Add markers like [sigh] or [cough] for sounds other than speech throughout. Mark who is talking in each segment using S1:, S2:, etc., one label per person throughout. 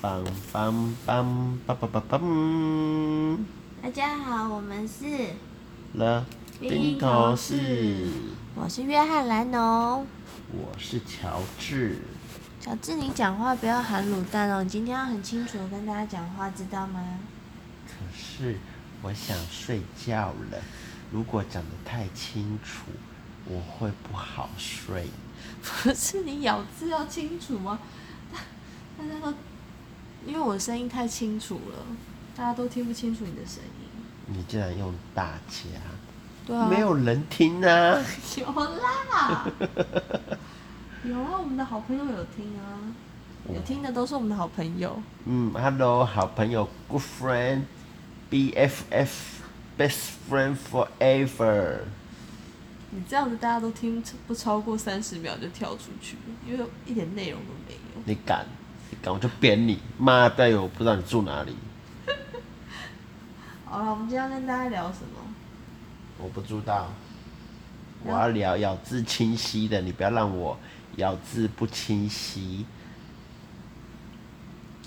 S1: 梆梆梆梆梆梆梆
S2: 大家好，我们是，
S1: 了，
S2: 冰
S1: 冰
S2: 头
S1: 头
S2: 士
S1: 士，
S2: 我是约翰兰农。
S1: 我是乔治。
S2: 小智，你讲话不要含卤蛋哦，你今天要很清楚地跟大家讲话，知道吗？
S1: 可是我想睡觉了，如果讲得太清楚，我会不好睡。
S2: 不是你咬字要清楚啊，大大家都因为我声音太清楚了，大家都听不清楚你的声音。
S1: 你竟然用大家，
S2: 对啊，
S1: 没有人听啊！[laughs]
S2: 有啦，有啊，我们的好朋友有听啊，有听的都是我们的好朋友。
S1: 嗯，Hello，好朋友，Good friend，BFF，Best friend forever。
S2: 你这样子大家都听不超过三十秒就跳出去，因为一点内容都没有。
S1: 你敢？你敢我就扁你！妈的，我不知道你住哪里，
S2: 好了，我们今天要跟大家聊什么？
S1: 我不知道。我
S2: 然后
S1: 要聊咬字清晰的，你不要让我咬字不清晰。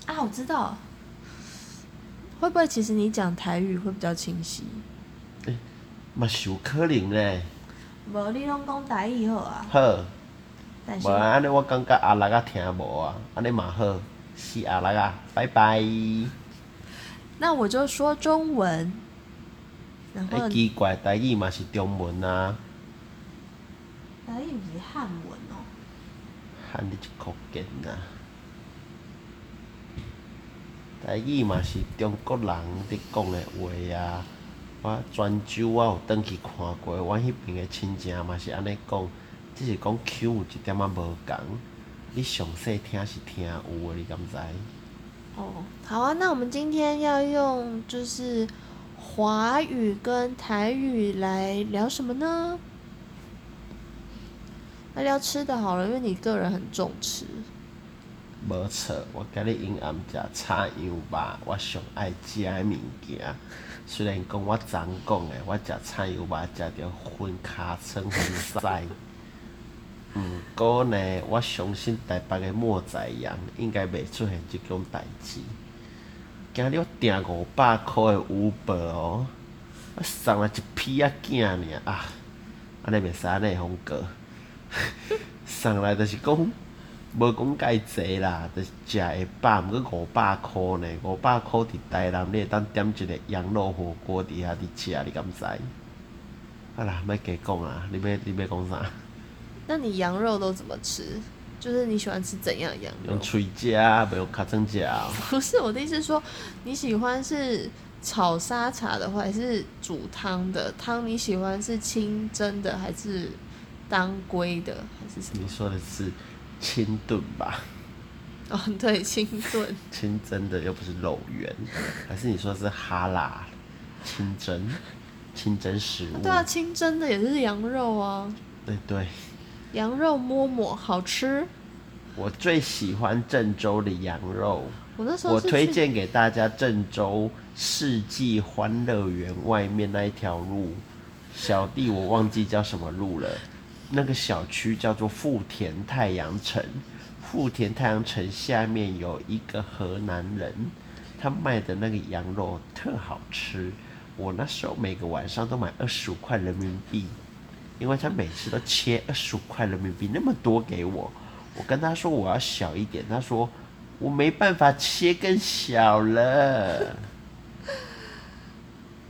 S2: 啊，我知道，会不会其实你讲台语会比较清晰？
S1: 嘛，有可能呢。
S2: 无，你拢讲台语好啊，
S1: 好，
S2: 但是
S1: 无安尼我感觉阿拉啊听无啊，安尼嘛好，是阿拉啊，拜拜。
S2: 那我就说中文，然后
S1: 哎，奇怪，台语嘛是中文啊，
S2: 台语不是汉文哦，
S1: 喊你一口劲啊。台语嘛是中国人伫讲的话啊。我泉州我有转去看过，我迄边的亲戚嘛是安尼讲，只是讲腔有一点仔无共。你详细听是听有诶，你敢知？
S2: 哦，好啊，那我们今天要用就是华语跟台语来聊什么呢？来聊吃的好了，因为你个人很重吃。
S1: 无错，我今日因暗食炒羊肉，我上爱食诶物件。虽然讲我昨昏讲诶，我食炒羊肉食着昏尻川昏屎。毋过呢，我相信台北诶莫宰羊应该袂出现即种代志。今日我订五百箍诶乌白哦，我送了一批仔囝尔啊，安尼袂使安尼风格。送来就是讲，无讲介济啦，就是食会饱，毋过五百箍呢，五百箍伫台南你会当点一个羊肉火锅伫遐伫食，你敢知？啊啦，莫加讲啦，你要你要讲啥？
S2: 那你羊肉都怎么吃？就是你喜欢吃怎样的羊肉 [laughs]
S1: 用？喙食，袂用脚掌食哦。
S2: 不是我的意思是说，你喜欢是炒沙茶的话，还是煮汤的？汤你喜欢是清蒸的，还是当归的，还是什么
S1: 你？说的是清炖吧？ [laughs]
S2: 哦，对，清炖。
S1: 清蒸的又不是肉圆，还是你说是哈啦清
S2: [laughs]
S1: 蒸？清蒸食物？
S2: 对啊，清蒸的也是羊肉啊，
S1: 对对。
S2: 羊肉摸摸好吃。
S1: 我最喜欢郑州的羊肉，
S2: 我那时候
S1: 我
S2: 是
S1: 推
S2: 去
S1: 荐给大家郑州世纪欢乐园外面那一条路，小弟我忘记叫什么路了，那个小区叫做富田太阳城，富田太阳城下面有一个河南人，他卖的那个羊肉特好吃，我那时候每个晚上都买二十五块人民币。因为他每次都切二十五块人民币那么多给我，我跟他说我要小一点，他说我没办法切更小了。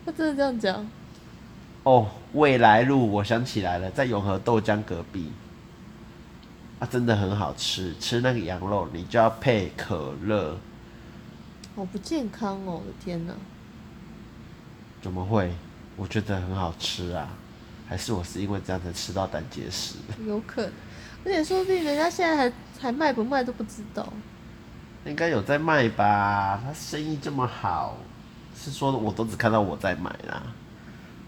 S2: 他真的这样讲，
S1: 哦，未来路，我想起来了，在永和豆浆隔壁，啊，真的很好吃，吃那个羊肉你就要配可乐，
S2: 好不健康哦！我的天哪，
S1: 怎么会？我觉得很好吃啊，还是我是因为这样才吃到胆结石？
S2: 有可能，而且说不定人家现在还还卖不卖都不知道。
S1: 应该有在卖吧？他生意这么好，是说我都只看到我在买啦。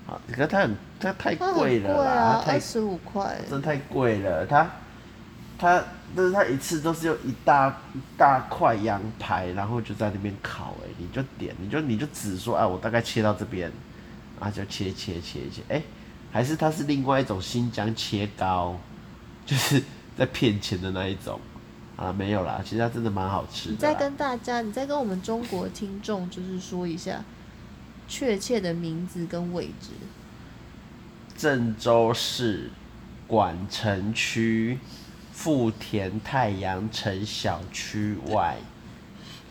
S1: 好，可是他很他太
S2: 它
S1: 贵
S2: 很贵
S1: 了啦，
S2: 啊，
S1: 他
S2: 二
S1: 太
S2: 十五块。
S1: 真太贵了。他他但是他一次都是用一大一大块羊排，然后就在那边烤、哎，你就点，你就你就只说啊，我大概切到这边，然后就切切切切，哎、还是他是 [laughs] 另外一种新疆切糕，就是在骗钱的那一种。啊，没有啦，其实它真的蛮好吃的啦。
S2: 你再跟大家，你再跟我们中国听众就是说一下确切的名字跟位置。
S1: 郑州市管城区富田太阳城小区外，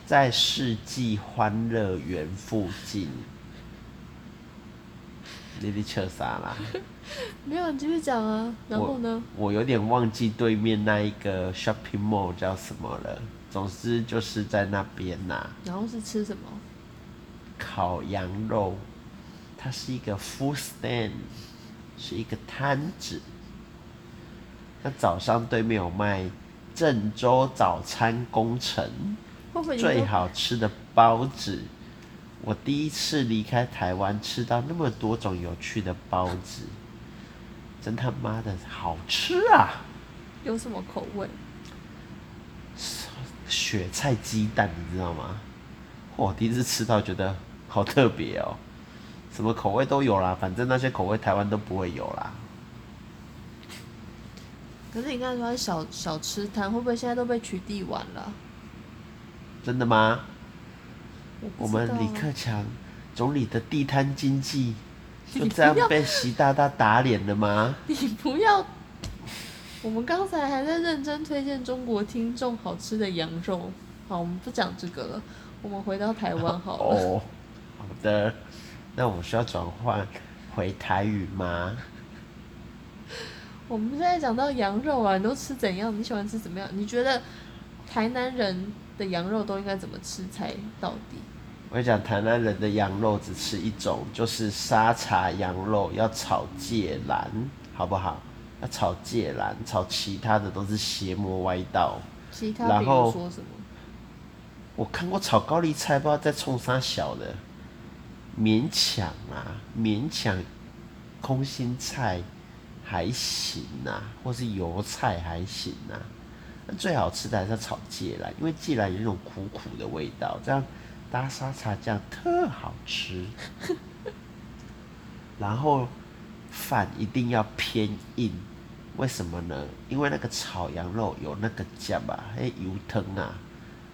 S1: 在世纪欢乐园附近。你你扯啥啦？
S2: 没有，你继续讲啊。然后呢？
S1: 我有点忘记对面那一个 shopping mall 叫什么了。总之就是在那边呐、
S2: 然后是吃什么？
S1: 烤羊肉，它是一个 food stand，是一个摊子。那早上对面有卖郑州早餐工程
S2: 会不会你都
S1: 最好吃的包子。我第一次离开台湾，吃到那么多种有趣的包子，真他妈的好吃啊！
S2: 有什么口味？
S1: 雪菜鸡蛋，你知道吗？我第一次吃到觉得好特别哦，什么口味都有啦，反正那些口味台湾都不会有啦。
S2: 可是你刚才说它是小小吃摊，会不会现在都被取缔完了啊？
S1: 真的吗？
S2: 我
S1: 我
S2: 不知道啊
S1: 们李克强总理的地摊经济
S2: 你
S1: 就
S2: 不
S1: 这样
S2: 要
S1: 被习大大打脸了吗？
S2: [laughs] 你不要。我们刚才还在认真推荐中国听众好吃的羊肉。好，我们不讲这个了，我们回到台湾好了。
S1: 哦，好的，那我需要转换回台语吗？
S2: 我们现在讲到羊肉啊，你都吃怎样？你喜欢吃怎么样？你觉得台南人的羊肉都应该怎么吃才到底？
S1: 我讲台南人的羊肉只吃一种，就是沙茶羊肉，要炒芥蓝，好不好？要炒芥蓝，炒其他的都是邪魔歪道。
S2: 其他
S1: 然
S2: 比
S1: 后
S2: 如说什么？
S1: 我看过炒高丽菜，不知道在冲啥小的，勉强啊，勉强，空心菜还行啊，或是油菜还行啊。那最好吃的还是要炒芥蓝，因为芥蓝有一种苦苦的味道，这样搭沙茶酱特好吃。然后饭一定要偏硬，为什么呢？因为那个炒羊肉有那个酱啊，还有油汤啊，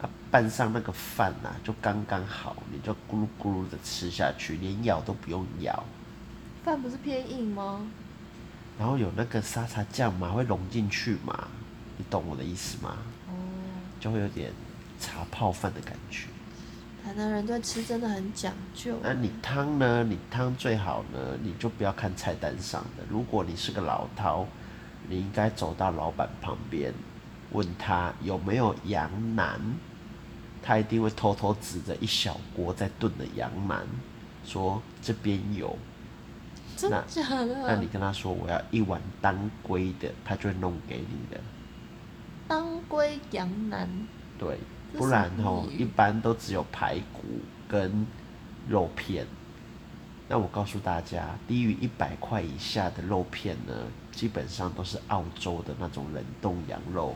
S1: 啊拌上那个饭啊，就刚刚好，你就咕噜咕噜的吃下去，连咬都不用咬。
S2: 饭不是偏硬吗？
S1: 然后有那个沙茶酱嘛，会融进去嘛，你懂我的意思吗？
S2: 哦，
S1: 就会有点茶泡饭的感觉。
S2: 台南人对吃真的很讲究。
S1: 那你汤呢？你汤最好呢，你就不要看菜单上的。如果你是个老饕，你应该走到老板旁边，问他有没有羊腩，他一定会偷偷指着一小锅在炖的羊腩，说这边有。
S2: 真
S1: 那
S2: 假
S1: 那
S2: 的
S1: 你？跟他说我要一碗当归的，他就会弄给你的。
S2: 当归羊腩，
S1: 对，
S2: 这
S1: 不
S2: 是
S1: 然
S2: 什么
S1: 吼，
S2: 谜
S1: 一般都只有排骨跟肉片。那我告诉大家，低于一百块以下的肉片呢，基本上都是澳洲的那种冷冻羊肉，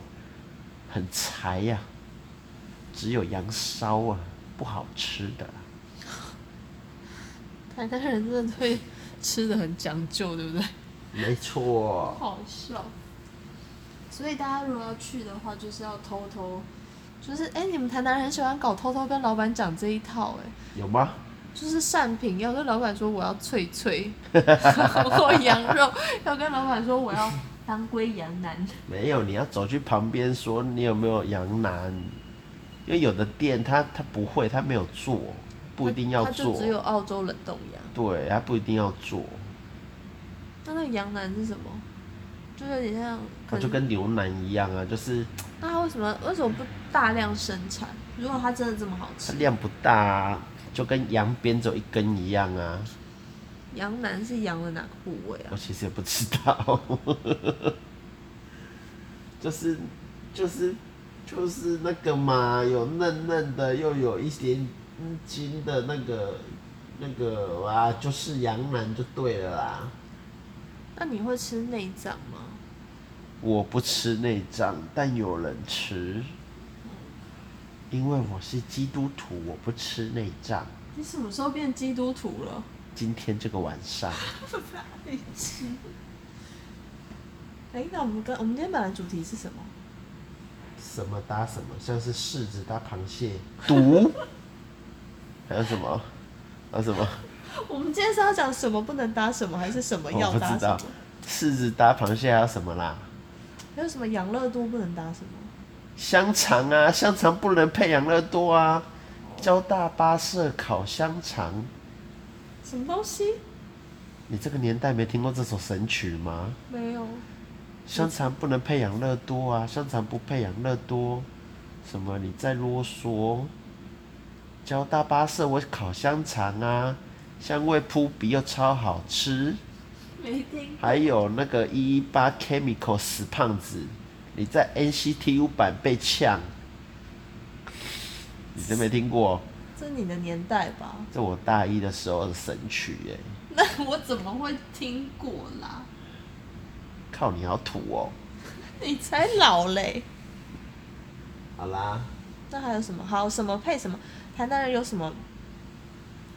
S1: 很柴呀、只有羊烧啊，不好吃的啦。
S2: 台南人真的对吃的很讲究，对不对？
S1: 没错，
S2: 好笑。所以大家如果要去的话，就是要偷偷，就是哎、你们台南人很喜欢搞偷偷跟老板讲这一套、哎。
S1: 有吗？
S2: 就是善品要跟老板说我要脆 [laughs] 脆，然后羊肉要跟老板说我要当归羊腩。
S1: 没有，你要走去旁边说你有没有羊腩，因为有的店他他不会，他没有做，不一定要
S2: 它
S1: 做
S2: 就。只有澳洲冷冻羊。
S1: 对，他不一定要做，
S2: 那那个羊腩是什么？就有点像，
S1: 它
S2: 可
S1: 就
S2: 能
S1: 跟牛腩一样啊，就是
S2: 那它为什么为什么不大量生产？如果它真的这么好
S1: 它
S2: 吃，
S1: 量不大、啊，就跟羊鞭只有一根一样啊。
S2: 羊腩是羊的哪个部位啊
S1: 我？其实也不知道， [laughs] 就是就是就是那个嘛，有嫩嫩的，又有一点嗯筋的那个那个啊，就是羊腩就对了啦。
S2: 那你会吃内脏吗？
S1: 我不吃内脏，但有人吃，因为我是基督徒，我不吃内脏。
S2: 你什么时候变基督徒了？
S1: 今天这个晚上，
S2: 你吃。哎、那我们跟我们今天本来主题是什么？
S1: 什么搭什么，像是柿子搭螃蟹，毒， [laughs] 还有什么？还有什么？
S2: [laughs] 我们今天是要讲什么不能搭什么，还是什么
S1: 我
S2: 要
S1: 不
S2: 搭
S1: 知
S2: 什
S1: 道
S2: 么？，
S1: 柿子搭螃蟹还有什么啦？
S2: 还有什么养乐多不能搭什么？
S1: 香肠啊，香肠不能配养乐多啊。交大巴社烤香肠，
S2: 什么东西？
S1: 你这个年代没听过这首神曲吗？
S2: 没有。
S1: 香肠不能配养乐多啊，香肠不配养乐多，什么你在啰嗦？交大巴社我烤香肠啊，香味扑鼻又超好吃。
S2: 没听。
S1: 还有那个一一八 Chemical 死胖子，你在 NCTU 版被呛，你真没听过？
S2: 这你的年代吧？
S1: 这我大一的时候的神曲耶、
S2: [laughs] 那我怎么会听过啦？
S1: 靠你好土哦、
S2: 你才老嘞。
S1: 好啦，
S2: 那还有什么？好，什么配什么？台南人有什么？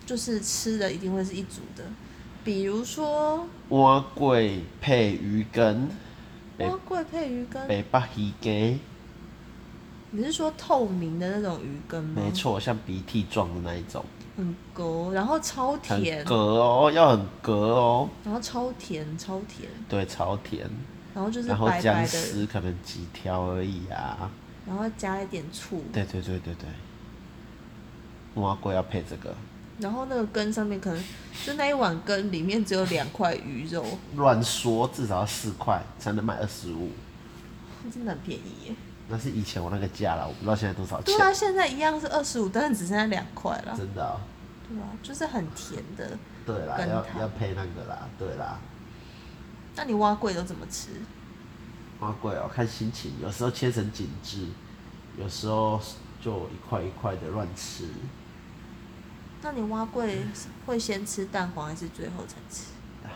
S2: 就是吃的一定会是一组的，比如说
S1: 蛙粿配鱼羹，北
S2: 蛙桂配鱼羹。
S1: 北巴鱼羹，
S2: 你是说透明的那种鱼羹吗？
S1: 没，错，像鼻涕状的那一种，
S2: 很勾，然后超
S1: 很
S2: 甜，
S1: 隔哦，要很隔哦，
S2: 然后超甜，超甜，
S1: 对，超甜，
S2: 然后就是
S1: 然后
S2: 白
S1: 姜
S2: 白的，
S1: 丝可能几条而已啊，
S2: 然后加一点醋，
S1: 对对对对对，蛙粿要配这个，
S2: 然后那个羹上面可能就那一碗羹里面只有两块鱼肉，
S1: 乱说至少要四块才能卖二十五，
S2: 真的很便宜耶。
S1: 那是以前我那个价了，我不知道现在多少
S2: 对
S1: 钱，
S2: 啊，现在一样是二十五，但是只剩下两块了。
S1: 真的、哦。
S2: 对啊，就是很甜的。
S1: 对啦，
S2: 跟
S1: 要
S2: 它
S1: 要配那个啦，对啦，
S2: 那你蛙桂都怎么吃？
S1: 花贵哦，看心情，有时候切成紧致，有时候就一块一块的乱吃。
S2: 那你蛙桂会先吃蛋黄还是最后才吃？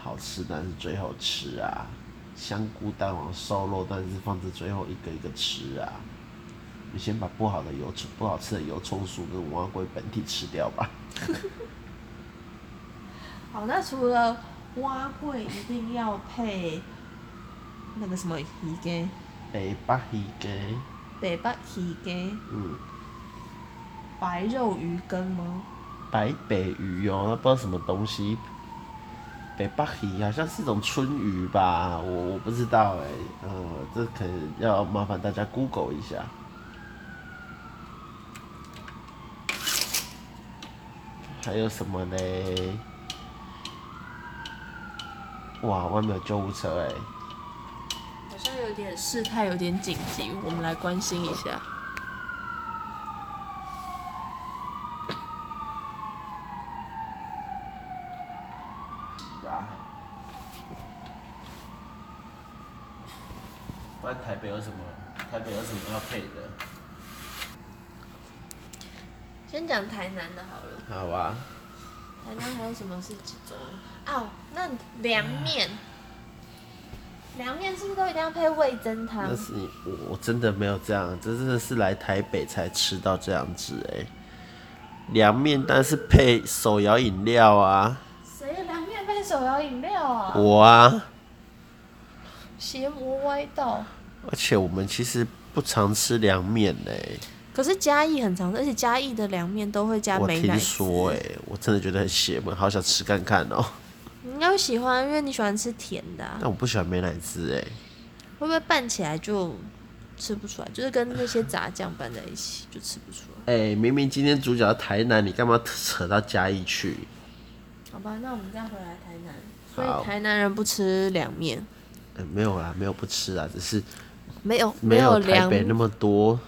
S1: 好吃但是最后吃啊，香菇蛋黄瘦肉但是放在最后一个一个吃啊。你先把不好的油葱、不好吃的油葱酥跟蛙龟本体吃掉吧。
S2: 好，那除了蛙桂一定要配那个什么鱼羹，
S1: 北哎巴鱼羹，
S2: 北北鱼羹，
S1: 嗯，
S2: 白肉鱼羹吗？
S1: 白北鱼哦，那不知道什么东西。北巴鱼好像是一种春鱼吧，我我不知道哎、呃，这可能要麻烦大家 Google 一下。还有什么嘞？哇，外面有救护车哎、
S2: 好像有点事态有点紧急，我们来关心一下。
S1: 啊不然台北有什么？台北有什么要配的？
S2: 先讲台南的好了，
S1: 好啊，
S2: 台南还有什么是济州？哦，那凉面，凉面是不是都一定要配味增汤
S1: 但？是你我我真的没有这样，这真的是来台北才吃到这样子哎、凉面但是配手摇饮料啊，
S2: 谁凉面配手摇饮料啊？
S1: 我啊，
S2: 邪魔歪道。
S1: 而且我们其实不常吃凉面欸嘞，
S2: 可是嘉义很常吃，而且嘉义的凉面都会加
S1: 我
S2: 美
S1: 听
S2: 奶
S1: 说哎、
S2: 哎，
S1: 我真的觉得很邪门，好想吃看看哦、
S2: 你应该会喜欢，因为你喜欢吃甜的、啊
S1: 但，我不喜欢美奶滋哎、
S2: 会不会拌起来就吃不出来？就是跟那些炸酱拌在一起就吃不出来。
S1: 哎、明明今天主角是台南，你干嘛扯到嘉义去？
S2: 好吧，那我们再回来台南。所
S1: 好
S2: 以台南人不吃凉面，
S1: 哎没有啦，没有不吃啊，只是
S2: 没有
S1: 没有
S2: 有
S1: 台
S2: 凉
S1: 北那么多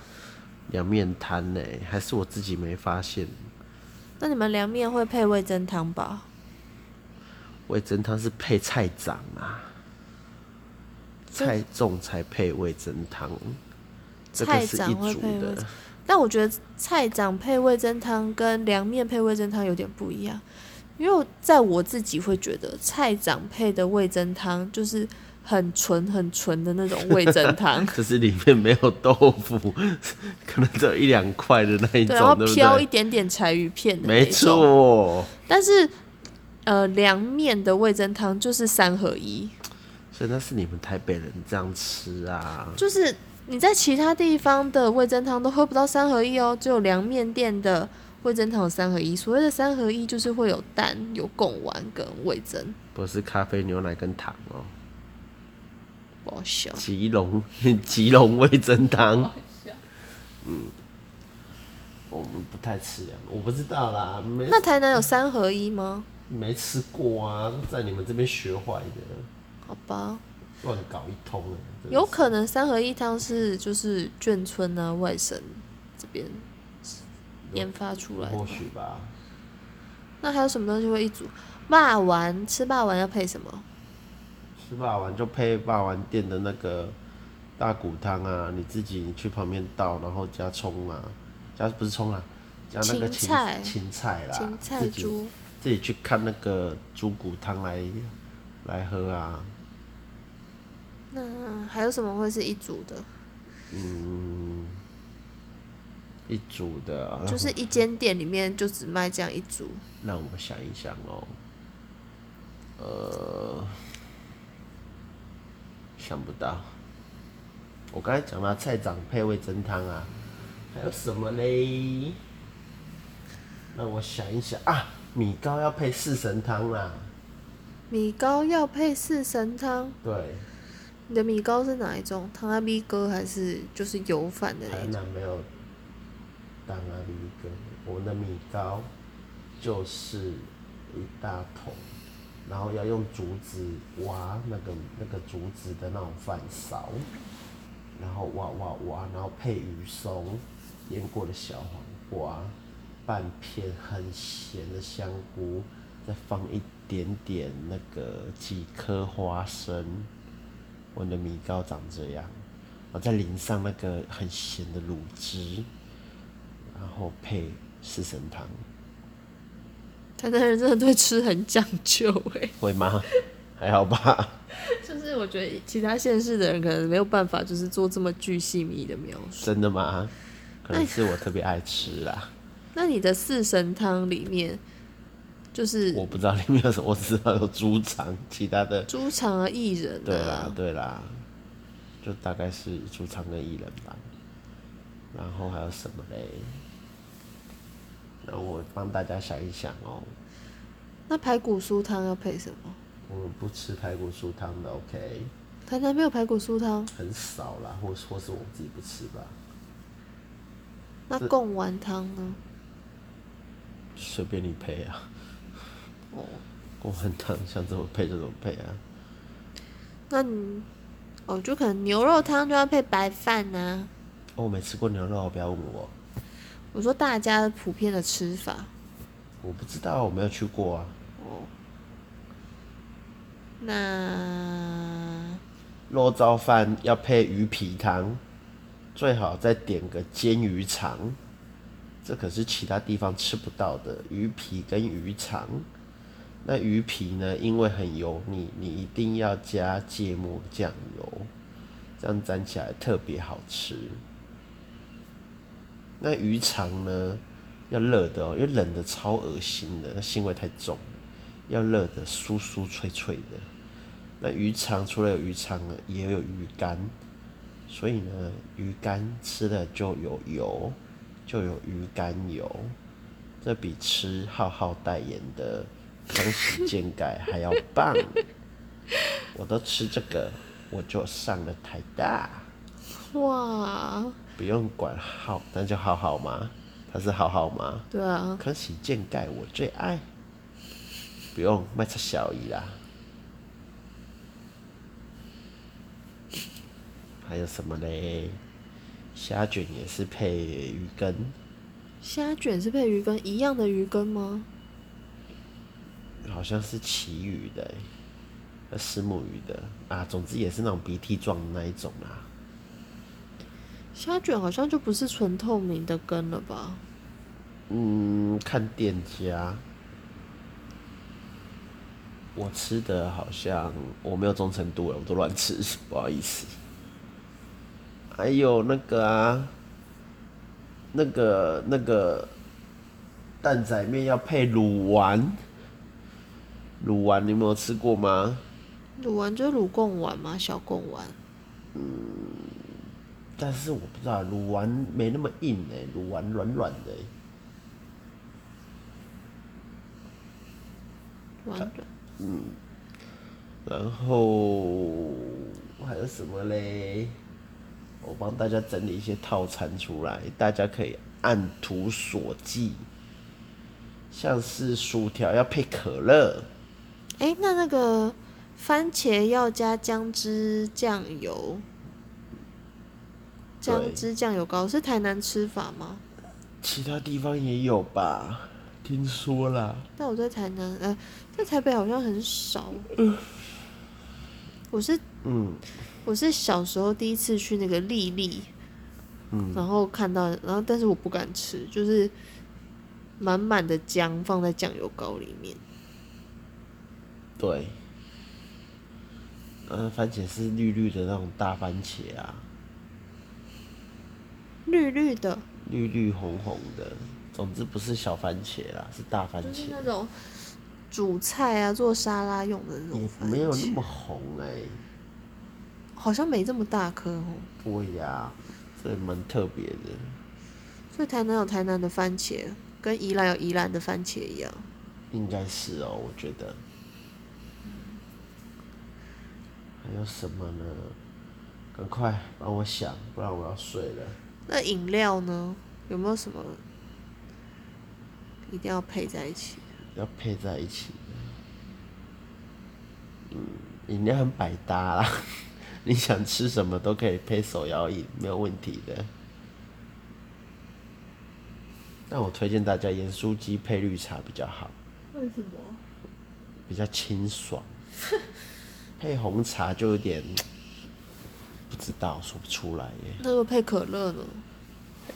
S1: 凉面摊呢，还是我自己没发现。
S2: 那你们凉面会配味增汤吧？
S1: 味增汤是配菜长啊，菜种才配味增汤，这个
S2: 菜
S1: 是
S2: 长
S1: 一
S2: 会
S1: 组
S2: 配味增
S1: 的。，
S2: 但我觉得菜长配味增汤跟凉面配味增汤有点不一样，因为我在我自己会觉得菜长配的味增汤就是很纯很纯的那种味增汤 [laughs]
S1: 可是里面没有豆腐， [laughs] 可能只有一两块的那一
S2: 对，然后
S1: 种，对不
S2: 飘一
S1: 对？
S2: 点点柴鱼片的那
S1: 没
S2: 种。
S1: 错，
S2: 但是呃，凉面的味增汤就是三合一，
S1: 所以那是你们台北人这样吃啊。
S2: 就是你在其他地方的味噌汤都喝不到三合一哦，只有凉面店的味噌汤有三合一。所谓的三合一就是会有蛋、有贡丸跟味噌。
S1: 不是咖啡、牛奶跟糖哦。
S2: 不好笑，
S1: 吉隆 [laughs] 吉隆味噌汤，嗯，我们不太吃凉，我不知道啦，没
S2: 那台南有三合一吗？
S1: 没吃过啊，在你们这边学坏的，
S2: 好吧，
S1: 乱搞一通啊。真的是
S2: 有可能三合一汤是就是眷村啊、外省这边研发出来的
S1: 或。许吧，
S2: 那还有什么东西会一组？骂丸吃骂丸要配什么？
S1: 吃霸王就配霸王店的那个大骨汤啊，你自己去旁边倒，然后加葱啊，加不是葱啊，加那个
S2: 芹
S1: 芹
S2: 菜
S1: 芹菜啦，
S2: 芹菜
S1: 啊自己
S2: 猪
S1: 自己去看那个猪骨汤来来喝啊。
S2: 那还有什么会是一组的？
S1: 一组的啊，
S2: 就是一间店里面就只卖这样一组。
S1: 让我想一想哦，呃，想不到。我刚才讲了菜长配味增汤啊，还有什么嘞？让我想一想啊，米糕要配四神汤啦。
S2: 米糕要配四神汤，
S1: 对，
S2: 你的米糕是哪一种？糖阿米哥还是就是油饭的那
S1: 台
S2: 一种？
S1: 南没有当阿米哥，我们的米糕就是一大桶，然后要用竹子挖那个那个竹子的那种饭勺，然后挖挖挖，然后配鱼松，腌过的小黄瓜，半片很咸的香菇，再放一点点那个几颗花生，我的米糕长这样，我再淋上那个很咸的卤汁，然后配四神汤，
S2: 台南人真的对吃很讲究欸诶、
S1: 会吗？ [laughs] 还好吧。 [laughs]
S2: 就是我觉得其他县市的人可能没有办法，就是做这么巨细靡的描述。
S1: 真的吗？可能是我特别爱吃啦，
S2: 那你的四神汤里面，就是
S1: 我不知道里面有什么，我只知道有猪肠，其他的
S2: 猪肠啊、薏仁
S1: 对
S2: 啊
S1: 啦，对啦，就大概是猪肠跟薏仁吧。然后还有什么嘞？让我帮大家想一想哦。
S2: 那排骨酥汤要配什么？
S1: 我们不吃排骨酥汤的，OK，
S2: 台南没有排骨酥汤，
S1: 很少啦，或或是我自己不吃吧，
S2: 那贡丸汤呢？
S1: 随便你配啊。
S2: 哦，
S1: 我很烫，想怎么配就怎么配啊。
S2: 那你哦，就可能牛肉汤就要配白饭呐、
S1: 哦，我没吃过牛肉，不要问我，
S2: 我说大家普遍的吃法，哦
S1: 我不知道，我没有去过啊。
S2: 那
S1: 肉燥饭要配鱼皮汤，最好再点个煎鱼肠，这可是其他地方吃不到的鱼皮跟鱼肠。那鱼皮呢，因为很油腻，你一定要加芥末酱油，这样沾起来特别好吃。那鱼肠呢，要热的哦，因为冷的超恶心的，那腥味太重了，要热的酥酥脆脆的。那鱼肠除了有鱼肠呢，也有鱼干，所以呢，鱼干吃了就有油，就有鱼肝油，这比吃浩浩代言的康熙健钙还要棒。我都吃这个，我就上了台大，
S2: 哇，
S1: 不用管浩，那就浩浩吗？他是浩浩吗？
S2: 对啊，
S1: 康熙健钙我最爱，不用卖出小姨啦。还有什么嘞？虾卷也是配鱼羹，
S2: 虾卷是配鱼羹一样的鱼羹吗？
S1: 好像是旗鱼的欸、呃，石母鱼的啊，总之也是那种鼻涕状的那一种啦、
S2: 虾卷好像就不是纯透明的羹了吧？
S1: 嗯，看店家。我吃的好像我没有忠诚度了，我都乱吃， [laughs] 不好意思。还有那个啊，那个那个蛋仔面要配卤丸，卤丸你们有吃过吗？
S2: 卤丸就是卤贡丸嘛，小贡丸。
S1: 但是我不知道卤完没那么硬哎、卤完软软的、欸，
S2: 完了。
S1: 然后还有什么嘞？我帮大家整理一些套餐出来，大家可以按图索骥。像是薯条要配可乐，
S2: 哎、那那个番茄要加姜汁酱油，
S1: 对
S2: 姜汁酱油膏是台南吃法吗？
S1: 其他地方也有吧？听说啦。
S2: 但我在台南，呃，在台北好像很少。我是
S1: 嗯，
S2: 我是小时候第一次去那个丽丽，
S1: 嗯
S2: 然后看到，然后但是我不敢吃，就是满满的姜放在酱油膏里面。
S1: 对。嗯，番茄是绿绿的那种大番茄啊，
S2: 绿绿的，
S1: 绿绿红红的，总之不是小番茄啦，是大番
S2: 就是
S1: 茄。
S2: 那种煮菜啊、做沙拉用的那种
S1: 也
S2: 番
S1: 没有那
S2: 茄，
S1: 么红哎、
S2: 好像没这么大颗哦。
S1: 对呀、这也蛮特别的。
S2: 所以台南有台南的番茄，跟宜兰有宜兰的番茄一样。
S1: 应该是哦，我觉得。还有什么呢？赶快帮我想，不然我要睡了。
S2: 那饮料呢？有没有什么一定要配在一起？
S1: 要配在一起。嗯，饮料很百搭啦， [laughs] 你想吃什么都可以配手摇饮，没有问题的。但我推荐大家盐酥鸡配绿茶比较好。
S2: 为什么？
S1: 比较清
S2: [laughs]
S1: 爽，配红茶就有点不知道说不出来耶。
S2: 那个配可乐呢？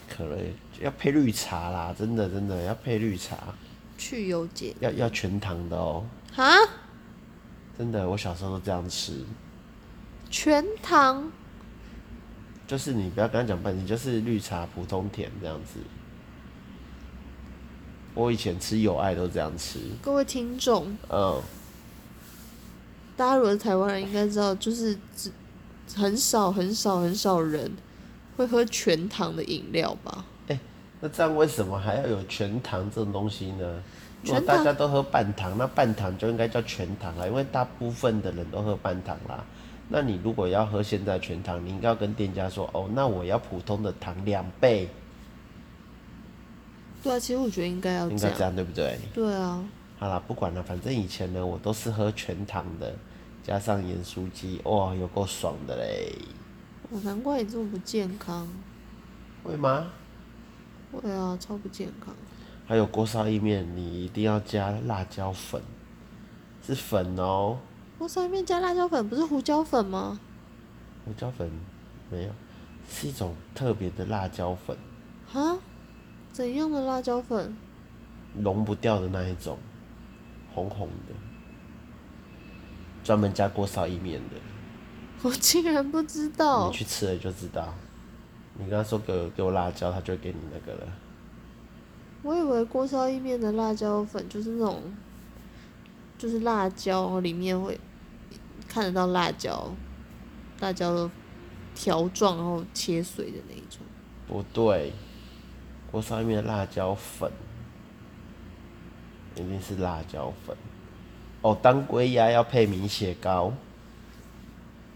S1: 可能要配绿茶啦，真的真的要配绿茶，
S2: 去油解
S1: 要要全糖的哦、
S2: 啊？
S1: 真的，我小时候都这样吃，
S2: 全糖
S1: 就是你不要跟他讲半斤，就是绿茶普通甜这样子。我以前吃友爱都这样吃，
S2: 各位听众，
S1: 嗯，
S2: 大家如果是台湾人，应该知道，就是只很少很少很少人会喝全糖的饮料吧？
S1: 那这样为什么还要有全糖这种东西呢？如果
S2: 全糖
S1: 大家都喝半糖，那半糖就应该叫全糖啦，因为大部分的人都喝半糖啦。那你如果要喝现在全糖，你应该要跟店家说哦，那我要普通的糖两倍，
S2: 对啊，其实我觉得应该要
S1: 应
S2: 这
S1: 该这
S2: 样。
S1: 样对不对？
S2: 对啊，
S1: 好啦，不管了，反正以前呢，我都是喝全糖的，加上盐酥鸡，哇，有够爽的嘞，
S2: 我难怪你这么不健康。
S1: 会吗？
S2: 对啊，超不健康。
S1: 还有锅烧意面，你一定要加辣椒粉，是粉哦、
S2: 锅烧面加辣椒粉不是胡椒粉吗？
S1: 胡椒粉没有，是一种特别的辣椒粉，
S2: 啊？怎样的辣椒粉？
S1: 溶不掉的那一种，红红的，专门加锅烧意面的，
S2: [laughs] 我竟然不知道
S1: 你。去吃了就知道。你跟他说给我给我辣椒，他就会给你那个了。
S2: 我以为锅烧意面的辣椒粉就是那种，就是辣椒，然后里面会看得到辣椒，辣椒的条状，然后切碎的那一种。
S1: 不对，锅烧意面的辣椒粉一定是辣椒粉。哦，当归鸭要配米血糕，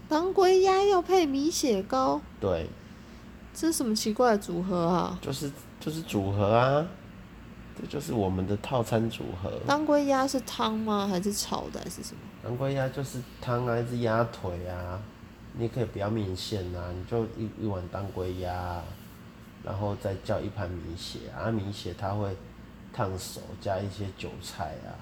S2: 当归鸭要配米血糕，
S1: 对，
S2: 这是什么奇怪的组合啊？
S1: 就是就是组合啊，这就是我们的套餐组合。
S2: 当归鸭是汤吗？还是炒的？还是什么？
S1: 南瓜鸭就是汤啊，一只鸭腿啊，你也可以不要面线啊，你就一一碗当归鸭啊、然后再叫一盘米血啊，米血它会烫熟，加一些韭菜啊，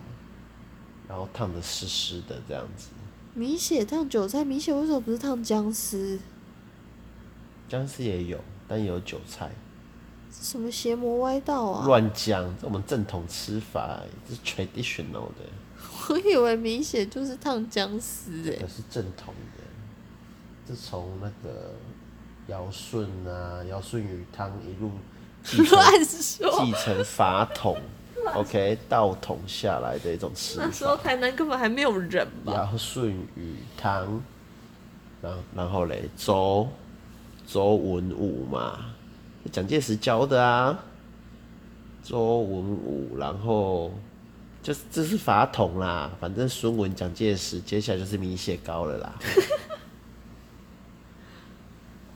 S1: 然后烫的湿湿的这样子。
S2: 米血烫韭菜，米血为什么不是烫姜丝？
S1: 姜丝也有，但也有韭菜，
S2: 这什么邪魔歪道啊！
S1: 乱姜，这我们正统吃法、这是 traditional 的，
S2: [laughs] 我以为米血就是烫姜丝欸诶、
S1: [laughs] 可是正统的。自从那个尧舜啊，尧舜禹汤一路继承
S2: [laughs] 乱说。
S1: 继承法统，OK，道统下来的一种吃
S2: 那时候
S1: 法。
S2: 台南根本还没有人吧？
S1: 尧舜禹汤，然然后嘞，周周文武嘛，蒋介石教的啊，周文武，然后就是这是法统啦，反正孙文、蒋介石，接下来就是米血糕了啦。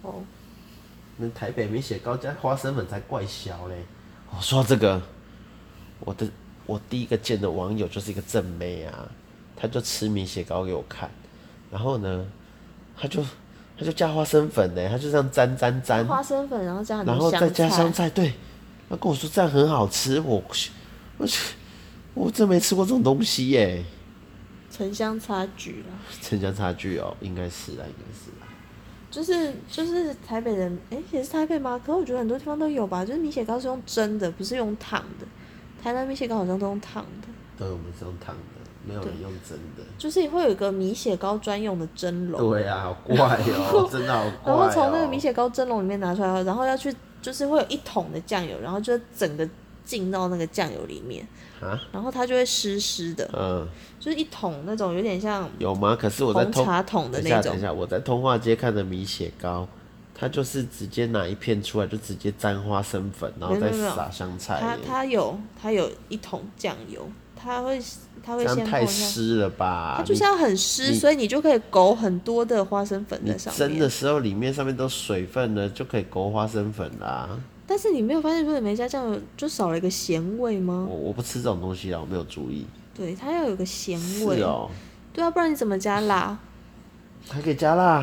S2: 哦，
S1: 那台北米血糕加花生粉才怪小嘞。我、哦说到这个，我的我第一个见的网友就是一个正妹啊，她就吃米血糕给我看，然后呢，她就她就加花生粉呢，她就这样沾沾沾，
S2: 花生粉，然后加很
S1: 然后
S2: 多
S1: 再
S2: 香
S1: 加香
S2: 菜，
S1: 菜，对，他跟我说这样很好吃，我我我真没吃过这种东西耶，
S2: 城乡差距啦。
S1: 城乡差距哦，应该是啊，应该是啊，
S2: 就是就是台北人，哎、也是台北吗？可我觉得很多地方都有吧。就是米血糕是用蒸的，不是用烫的。台南米血糕好像都用烫的，
S1: 对，我们是用烫的，没有人用蒸的。
S2: 就是会有一个米血糕专用的蒸笼，
S1: 对啊，好怪哦，真的好怪
S2: 然
S1: 哦。
S2: 后从那个米血糕蒸笼里面拿出来，然后要去就是会有一桶的酱油，然后就整个浸到那个酱油里面，
S1: 啊，
S2: 然后它就会湿湿的，
S1: 嗯，
S2: 就是一桶那种有点像
S1: 有吗？可是我在
S2: 红
S1: 通，
S2: 茶桶的
S1: 等一
S2: 那
S1: 下，等
S2: 种
S1: 一。下，我在通化街看的米血糕。它就是直接拿一片出来，就直接沾花生粉，然后
S2: 没有
S1: 再
S2: 没有
S1: 撒香菜
S2: 它
S1: 耶。
S2: 它有它有一桶酱油，它会它
S1: 这
S2: 会
S1: 样
S2: 先
S1: 太
S2: 碰一下。
S1: 湿了吧？
S2: 它就
S1: 你
S2: 是要很湿，
S1: 你
S2: 所以你就可以勾很多的花生粉
S1: 你
S2: 在上
S1: 蒸
S2: 面。
S1: 的时候，里面上面都水分了，就可以勾花生粉啦。
S2: 但是你没有发现，如果你没加酱油，就少了一个咸味吗
S1: 我？我不吃这种东西啦，我没有注意。
S2: 对，它要有个咸味。
S1: 是哦，
S2: 对啊，不然你怎么加辣？
S1: 还可以加辣，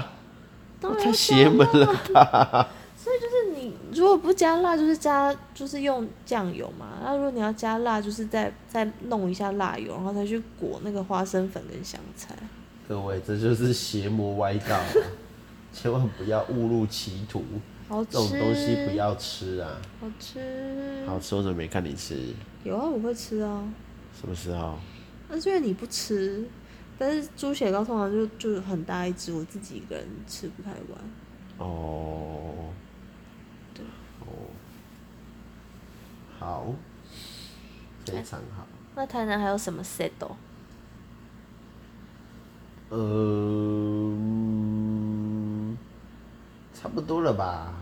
S2: 当然
S1: 太
S2: 要
S1: 邪
S2: 加
S1: 门了吧？
S2: 就是你如果不加辣，就是加就是用酱油嘛。那如果你要加辣，就是再再弄一下辣油，然后再去裹那个花生粉跟香菜。
S1: 各位，这就是邪魔歪道 [laughs] 啊、千万不要误入歧途。
S2: 好吃，
S1: 这种东西不要吃啊！
S2: 好吃。
S1: 好吃，我怎么没看你吃？
S2: 有啊，我会吃啊。
S1: 什么时候？
S2: 那虽然你不吃，但是猪血糕通常就就很大一只，我自己一个人吃不太完。
S1: 哦，
S2: 对，
S1: 哦，好，非常好。
S2: 那台南还有什么 set 哦？
S1: 嗯，呃差不多了吧？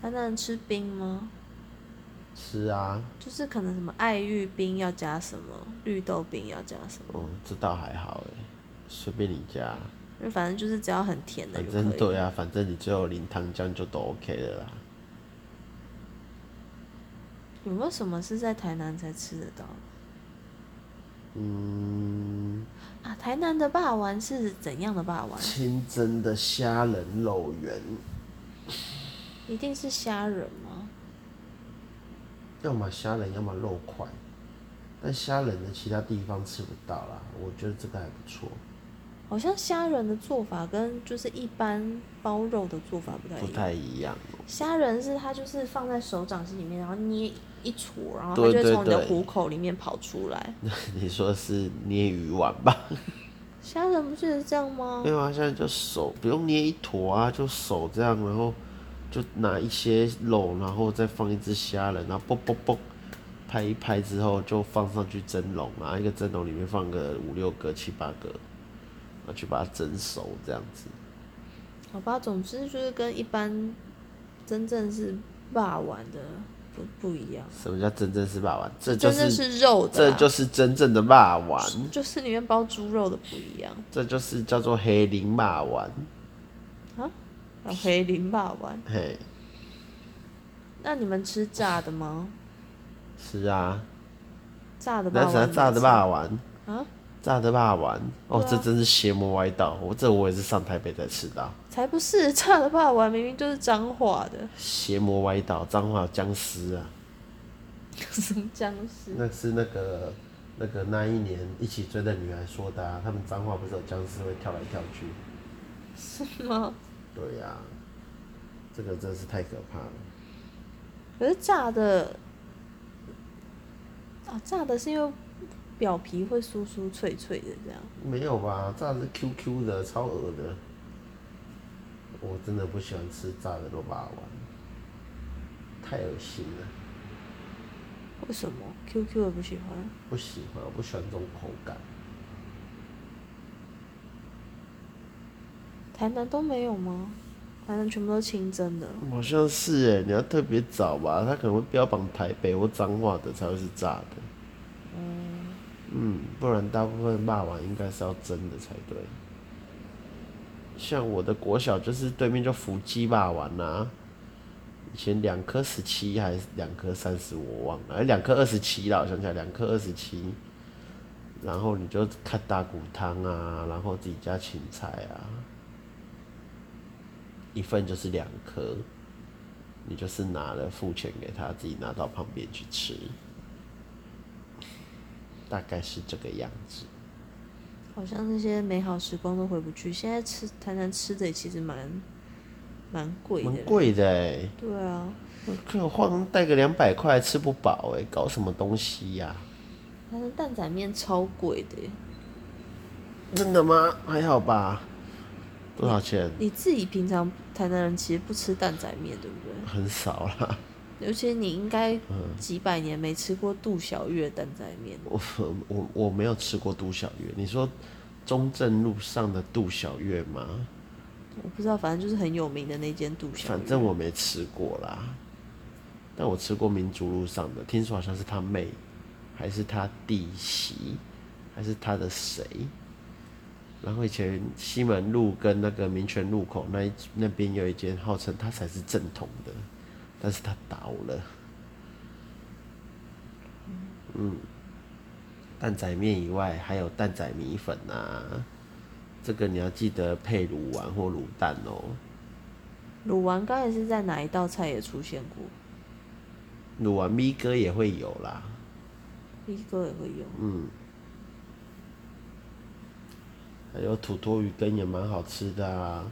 S2: 台南人吃冰吗？
S1: 吃啊，
S2: 就是可能什么爱玉冰要加什么，绿豆冰要加什么，
S1: 哦，这倒还好哎，随便你加，
S2: 就反正就是只要很甜的
S1: 反
S2: 就
S1: 正
S2: 可以。
S1: 对啊，反正你最后淋糖浆就都 OK 了啦。
S2: 有没有什么是在台南才吃得到
S1: 嗯，
S2: 啊？台南的霸丸是怎样的霸丸？
S1: 清蒸的虾仁肉圆，
S2: 一定是虾仁吗？
S1: 要么虾仁，要么肉块，但虾仁的其他地方吃不到啦，我觉得这个还不错，
S2: 好像虾仁的做法跟就是一般包肉的做法不太
S1: 不
S2: 一样。
S1: 太一样 [laughs] 哦、
S2: 虾仁是它就是放在手掌心里面，然后捏一撮，然后它
S1: 对
S2: 就会
S1: 对
S2: 从你的
S1: 对
S2: 虎口里面跑出来。
S1: 你说是捏鱼丸吧？
S2: 虾仁不是也是这样吗
S1: [laughs] 没？有啊，现在就手不用捏一坨啊，就手这样，然后就拿一些肉，然后再放一只虾仁，然后啵啵啵拍一拍之后，就放上去蒸笼啊，一个蒸笼里面放个五六个、七八个，然后去把它蒸熟这样子。
S2: 好吧，总之就是跟一般真正是霸王的不不一样，
S1: 什么叫真正是霸王？这就
S2: 真正
S1: 是
S2: 是肉的
S1: 这
S2: 啦、
S1: 就是真正的霸王，
S2: [laughs] 就是里面包猪肉的不一样
S1: 这就是叫做黑林霸王。
S2: 啊。还有黑林霸王，
S1: 嘿，
S2: 那你们吃炸的吗？
S1: 是啊，
S2: 炸的霸
S1: 那
S2: 王
S1: 啥
S2: 你
S1: 炸
S2: 们
S1: 的
S2: 吃
S1: 霸王。
S2: 啊？
S1: 炸的霸王哦，
S2: 对啊
S1: 这真是邪魔歪道！我这我也是上台北才吃到
S2: 才不是，炸的霸王明明就是彰化的，
S1: 邪魔歪道，脏话僵尸啊，
S2: 什么僵尸？
S1: 那是那个那个那一年一起追的女孩说的啊，他们脏话不是有僵尸会跳来跳去？
S2: 是吗？
S1: 对呀、这个真是太可怕了。
S2: 可是炸的，啊，炸的是因为表皮会酥酥脆脆的这样。
S1: 没有吧？炸的是 QQ 的，超恶的。我真的不喜欢吃炸的肉霸王，太恶心了，
S2: 为什么 QQ 的不喜欢？
S1: 不喜欢，我不喜欢这种口感。
S2: 台南都没有吗？台南全部都清蒸的。
S1: 好像是哎，你要特别找吧，它可能会标榜台北或彰化的才会是炸的。嗯，不然大部分霸王应该是要蒸的才对。像我的国小就是对面就伏鸡霸王啦、啊以前两颗十七还是两颗三十我忘了，哎两颗二十七啦，我想起来两颗二十七。然后你就看大骨汤啊，然后自己加芹菜啊，一份就是两颗，你就是拿了付钱给他，自己拿到旁边去吃，大概是这个样子。
S2: 好像那些美好时光都回不去。现在吃台南吃的也其实蛮蛮贵的
S1: 蛮
S2: 嘞，
S1: 贵的哎、欸，
S2: 对啊，
S1: 我靠，晃带个两百块吃不饱哎、搞什么东西呀、
S2: 台南蛋仔面超贵的耶。
S1: 真的吗？还好吧，多少钱？
S2: 你自己平常台南人其实不吃蛋仔面，对不对？
S1: 很少啦，
S2: 尤其你应该
S1: 嗯
S2: 几百年没吃过杜小月蛋仔面，
S1: 我我我没有吃过杜小月，你说中正路上的杜小月吗？
S2: 我不知道，反正就是很有名的那间杜小
S1: 反
S2: 月。
S1: 正我没吃过啦，但我吃过民族路上的，听说好像是他妹，还是他弟媳，还是他的谁。然后以前西门路跟那个民权路口那一那边有一间号称它才是正统的，但是它倒了。嗯，蛋仔面以外还有蛋仔米粉啊，这个你要记得配卤丸或卤蛋哦、
S2: 卤丸刚才是在哪一道菜也出现过，
S1: 卤完咪哥也会有啦，
S2: 一哥也会有。
S1: 嗯还有土托鱼羹也蛮好吃的啊。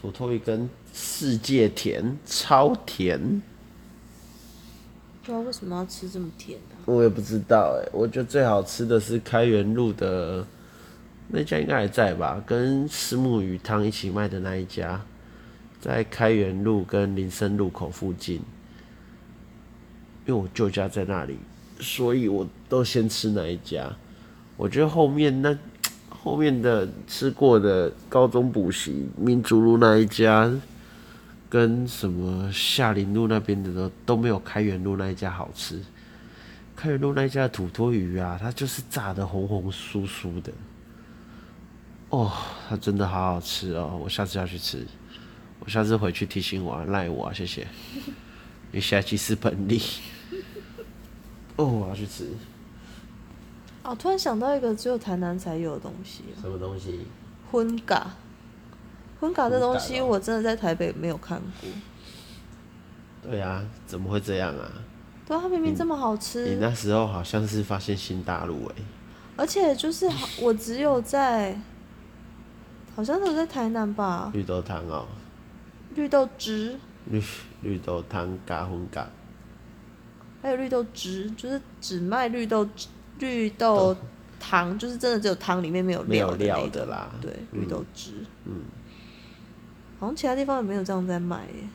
S1: 土托鱼羹世界甜，超甜，
S2: 不知道为什么要吃这么甜啊？
S1: 我也不知道哎、我觉得最好吃的是开元路的那家，应该还在吧？跟石母鱼汤一起卖的那一家，在开元路跟林森路口附近。因为我舅家在那里，所以我都先吃那一家。我觉得后面那后面的吃过的高中补习民族路那一家，跟什么夏林路那边的都都没有开元路那一家好吃。开元路那一家的土托鱼啊，它就是炸的红红酥酥的，哦，它真的好好吃哦！我下次要去吃，我下次回去提醒我啊，赖我啊，谢谢。因为下期是本地， [laughs] 哦，我要去吃
S2: 哦，突然想到一个只有台南才有的东西，
S1: 什么东西？
S2: 婚嘎。婚嘎这东西
S1: 荤嘎咯
S2: 我真的在台北没有看过，
S1: 对啊，怎么会这样啊？
S2: 对啊，它明明这么
S1: 嗯
S2: 好
S1: 你
S2: 吃，
S1: 那时候好像是发现新大陆哎、
S2: 而且就是好我只有在，好像只有在台南吧，
S1: 绿豆汤哦、
S2: 绿豆汁
S1: 绿绿豆汤加荤咖，
S2: 还有绿豆汁，就是只卖绿豆汁绿豆汤，就是真的只有汤里面没有
S1: 没
S2: 料
S1: 有
S2: 的那
S1: 料
S2: 一种
S1: 的啦。
S2: 对，
S1: 嗯
S2: 绿豆汁，嗯，好像其他地方也没有这样在卖耶。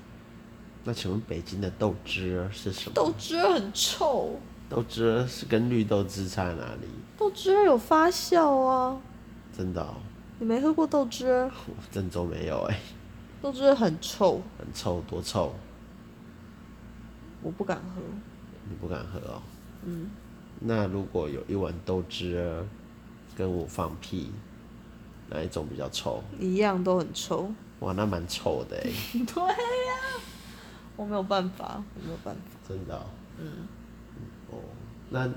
S1: 那请问北京的豆汁儿是什么？
S2: 豆汁儿很臭，
S1: 豆汁儿是跟绿豆汁差哪里？
S2: 豆汁儿有发酵啊！
S1: 真的、哦，
S2: 你没喝过豆汁儿？
S1: 我郑州没有哎、
S2: 豆汁儿很臭，
S1: 很臭，多臭，
S2: 我不敢喝。
S1: 你不敢喝哦。嗯。那如果有一碗豆汁儿跟我放屁，哪一种比较臭？
S2: 一样都很臭。
S1: 哇，那蛮臭的哎、
S2: 对呀、我没有办法，我没有办法。
S1: 真的、哦。嗯。哦，那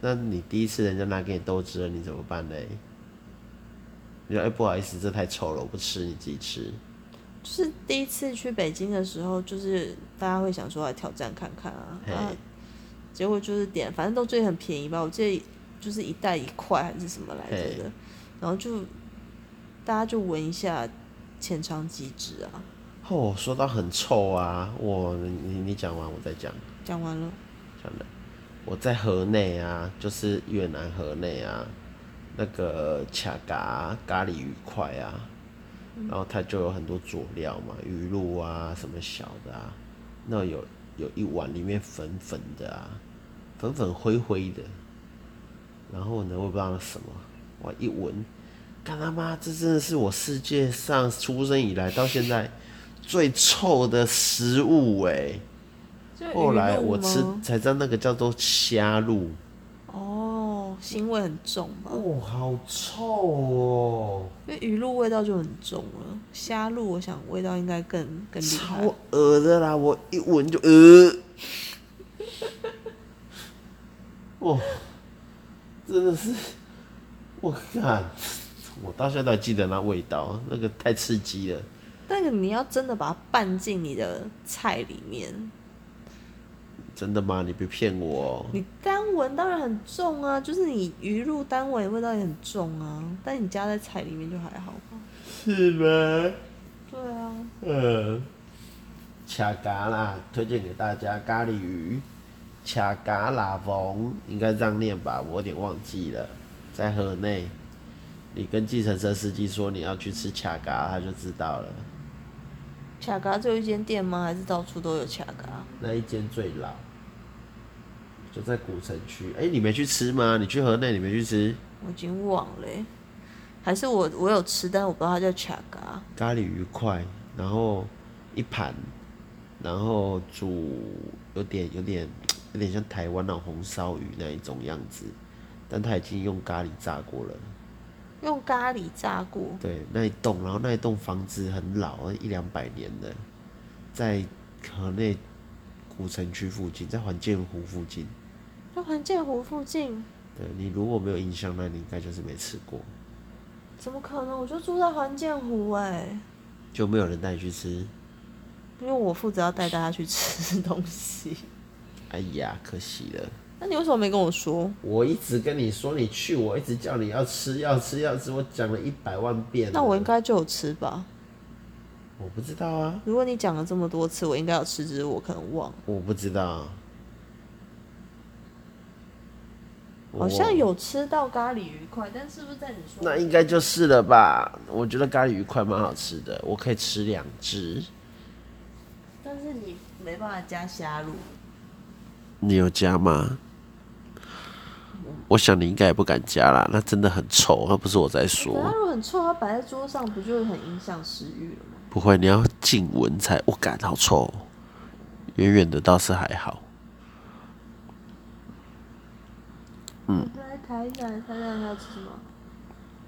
S1: 那你第一次人家拿给你豆汁了，你怎么办嘞？你说哎、不好意思，这太臭了，我不吃，你自己吃。
S2: 就是第一次去北京的时候，就是大家会想说来挑战看看啊，
S1: 嘿
S2: 啊结果就是点，反正豆汁也很便宜吧，我记得就是一袋一块还是什么来
S1: 嘿
S2: 着的，然后就大家就闻一下浅尝即止啊。
S1: 哦，说到很臭啊，我你你讲完我再讲。
S2: 讲完了，
S1: 讲的，我在河内啊，就是越南河内啊，那个卡嘎咖喱鱼块啊，然后它就有很多佐料嘛，鱼露啊，什么小的啊，那有有一碗里面粉粉的啊，粉粉灰灰的，然后呢，我也不知道那什么，我一闻，干他妈，这真的是我世界上出生以来到现在最臭的食物哎、
S2: 就鱼
S1: 后来
S2: 露
S1: 我吃
S2: 吗
S1: 才知道那个叫做虾露，
S2: 哦，腥味很重吧？
S1: 哦，好臭哦，
S2: 因为鱼露味道就很重了，虾露我想味道应该更更厉害。
S1: 超恶的啦！我一闻就呃， [laughs] 哇，真的是，我看，我到现在还记得那味道，那个太刺激了。
S2: 那个你要真的把它拌进你的菜里面，
S1: 真的吗？你别骗我、哦！
S2: 你单闻当然很重啊，就是你鱼露单闻味道也很重啊，但你加在菜里面就还好吧。
S1: 是吗？
S2: 对啊，
S1: 嗯，卡嘎啦，推荐给大家咖喱鱼，卡嘎拉翁应该这样念吧，我有点忘记了，在河内。你跟计程车司机说你要去吃卡嘎，他就知道了。
S2: 卡嘎只有一间店吗？还是到处都有卡嘎？
S1: 那一间最老，就在古城区。哎、你没去吃吗？你去河内你没去吃
S2: 我已经忘了欸、还是我我有吃，但我不知道它叫卡嘎。
S1: 咖喱鱼块，然后一盘，然后煮有点有点有点像台湾那种红烧鱼那一种样子，但它已经用咖喱炸过了。
S2: 用咖喱炸过，
S1: 对，那一栋，然后那一栋房子很老，一两百年的，在河内古城区附近，在环建湖附近。
S2: 在环建湖附近，
S1: 对你如果没有印象，那你应该就是没吃过，
S2: 怎么可能？我就住在环建湖哎、
S1: 就没有人带你去吃。
S2: 因为我负责要带大家去吃东西。 [laughs]
S1: 哎呀，可惜了。
S2: 那你为什么没跟我说？
S1: 我一直跟你说你去，我一直叫你要吃要吃要吃，我讲了一百万遍了。
S2: 那我应该就有吃吧？
S1: 我不知道啊，
S2: 如果你讲了这么多次，我应该有吃，只是我可能忘了。
S1: 我不知道。
S2: 好像有吃到咖喱鱼块，但是不是在你
S1: 我，
S2: 说？
S1: 那应该就是了吧？我觉得咖喱鱼块蛮好吃的，我可以吃两只。
S2: 但是你没办法加虾露，
S1: 你有加吗？我想你应该也不敢加啦，那真的很臭，那不是我在
S2: 可它
S1: 说。
S2: 如果很臭，它摆在桌上，不就很影响食欲了吗？
S1: 不会，你要近闻才，我、感好臭哦，远远的倒是还好。嗯
S2: 我在台南，台南要吃吗？